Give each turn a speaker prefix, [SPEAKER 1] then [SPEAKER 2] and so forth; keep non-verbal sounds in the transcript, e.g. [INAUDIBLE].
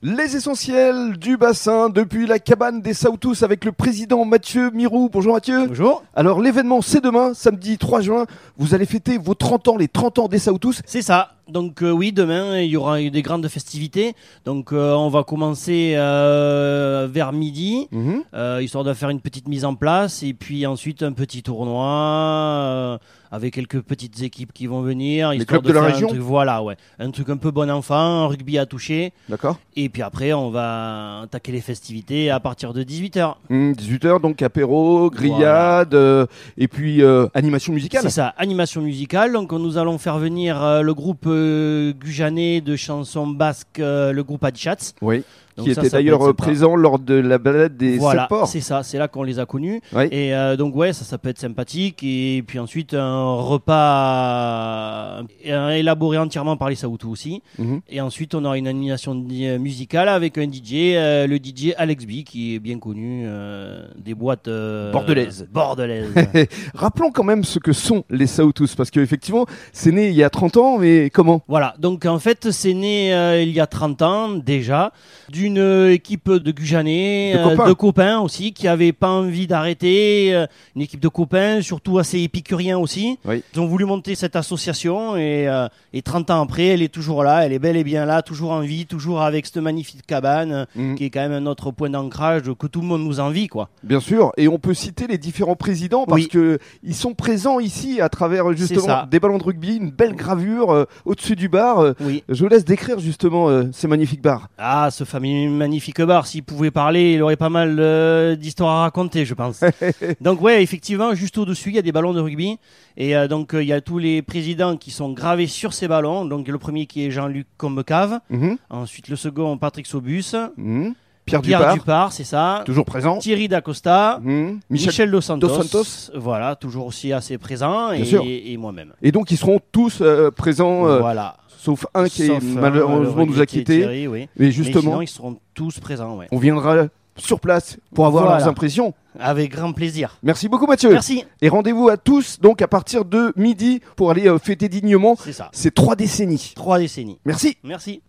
[SPEAKER 1] Les essentiels du bassin depuis la cabane des Sautous avec le président Mathieu Mirou. Bonjour Mathieu.
[SPEAKER 2] Bonjour.
[SPEAKER 1] Alors l'événement c'est demain, samedi 3 juin. Vous allez fêter vos 30 ans, les 30 ans des Sautous.
[SPEAKER 2] C'est ça. Donc euh, oui, demain, il y aura eu des grandes festivités. Donc euh, on va commencer euh, vers midi,
[SPEAKER 1] Mhm.
[SPEAKER 2] euh, histoire de faire une petite mise en place, et puis ensuite un petit tournoi euh, avec quelques petites équipes qui vont venir. histoire
[SPEAKER 1] clubs de la
[SPEAKER 2] faire un
[SPEAKER 1] région
[SPEAKER 2] truc- Voilà, ouais. Un truc un peu bon enfant, un rugby à toucher,
[SPEAKER 1] D'accord.
[SPEAKER 2] et puis après on va attaquer les festivités à partir de 18h.
[SPEAKER 1] 18h Mhm, donc apéro, grillade euh, et puis euh, animation musicale.
[SPEAKER 2] C'est ça, animation musicale. Donc nous allons faire venir euh, le groupe euh, gujanais de chansons basques, euh, le groupe Adichatz.
[SPEAKER 1] Oui.
[SPEAKER 2] Donc
[SPEAKER 1] qui
[SPEAKER 2] ça,
[SPEAKER 1] était
[SPEAKER 2] ça peut être
[SPEAKER 1] d'ailleurs euh,
[SPEAKER 2] sympa.
[SPEAKER 1] présent lors de la balade des
[SPEAKER 2] Voilà,
[SPEAKER 1] Sept-Ports.
[SPEAKER 2] c'est ça, c'est là qu'on les a connus.
[SPEAKER 1] Oui.
[SPEAKER 2] Et euh, donc ouais, ça, ça peut être sympathique. Et puis ensuite un repas euh, élaboré entièrement par les Saoutous aussi.
[SPEAKER 1] Mhm.
[SPEAKER 2] Et ensuite on aura une animation di- euh, musicale avec un DJ, euh, le DJ Alex B, qui est bien connu euh, des boîtes euh,
[SPEAKER 1] Bordelaises.
[SPEAKER 2] Bordelaises.
[SPEAKER 1] Rappelons quand même ce que sont les Sautous parce qu'effectivement c'est né il y a 30 ans mais comment
[SPEAKER 2] Voilà, donc en fait, c'est né euh, il y a 30 ans déjà d'une euh, équipe de Gujanais, euh,
[SPEAKER 1] De copains.
[SPEAKER 2] aussi, qui n'avaient pas envie d'arrêter, euh, une équipe de copains, surtout assez épicuriens aussi.
[SPEAKER 1] Oui.
[SPEAKER 2] Ils ont voulu monter cette association et, euh, et 30 ans après, elle est toujours là, elle est belle et bien là, toujours en vie, toujours avec cette magnifique cabane, euh,
[SPEAKER 1] Mhm.
[SPEAKER 2] qui est quand même un autre point d'ancrage que tout le monde nous envie, quoi.
[SPEAKER 1] Bien sûr, et on peut citer les différents présidents parce
[SPEAKER 2] Oui.
[SPEAKER 1] que ils sont présents ici à travers justement
[SPEAKER 2] ça.
[SPEAKER 1] des ballons de rugby, une belle gravure euh, au-dessus du bar. Euh,
[SPEAKER 2] Oui.
[SPEAKER 1] je vous laisse décrire justement euh, ces magnifiques bars.
[SPEAKER 2] Ah, ce fameux magnifique bar, s'il pouvait parler, il aurait pas mal euh, d'histoires à raconter,
[SPEAKER 1] [LAUGHS]
[SPEAKER 2] je pense. donc ouais, effectivement, juste au-dessus, il y a des ballons de rugby. Et euh, donc, euh, il y a tous les présidents qui sont gravés sur ces ballons. Donc, le premier qui est Jean-Luc Combecave.
[SPEAKER 1] Mhm,
[SPEAKER 2] Ensuite, le second, Patrick Sobus.
[SPEAKER 1] mhm. Pierre,
[SPEAKER 2] Pierre
[SPEAKER 1] Dupart,
[SPEAKER 2] Dupart, c'est ça.
[SPEAKER 1] toujours présent.
[SPEAKER 2] Thierry Dacosta.
[SPEAKER 1] Mhm. Michel.
[SPEAKER 2] Michel, Dos, Santos,
[SPEAKER 1] Dos Santos.
[SPEAKER 2] Voilà, toujours aussi assez présent.
[SPEAKER 1] Bien sûr.
[SPEAKER 2] Et, et moi-même.
[SPEAKER 1] Et donc ils seront tous euh, présents, euh,
[SPEAKER 2] voilà.
[SPEAKER 1] sauf un qui est-
[SPEAKER 2] Sauf, euh, le
[SPEAKER 1] malheureusement
[SPEAKER 2] rugby
[SPEAKER 1] nous a
[SPEAKER 2] qui est
[SPEAKER 1] quittés.
[SPEAKER 2] Thierry, oui.
[SPEAKER 1] Mais
[SPEAKER 2] Mais
[SPEAKER 1] justement,
[SPEAKER 2] sinon, ils seront tous présents, ouais.
[SPEAKER 1] on viendra sur place pour avoir
[SPEAKER 2] Voilà.
[SPEAKER 1] leurs impressions.
[SPEAKER 2] Avec grand plaisir.
[SPEAKER 1] Merci beaucoup Mathieu.
[SPEAKER 2] Merci.
[SPEAKER 1] Et rendez-vous à tous donc à partir de midi pour aller euh, fêter dignement
[SPEAKER 2] C'est ça.
[SPEAKER 1] ces trois décennies.
[SPEAKER 2] Trois décennies.
[SPEAKER 1] Merci.
[SPEAKER 2] Merci.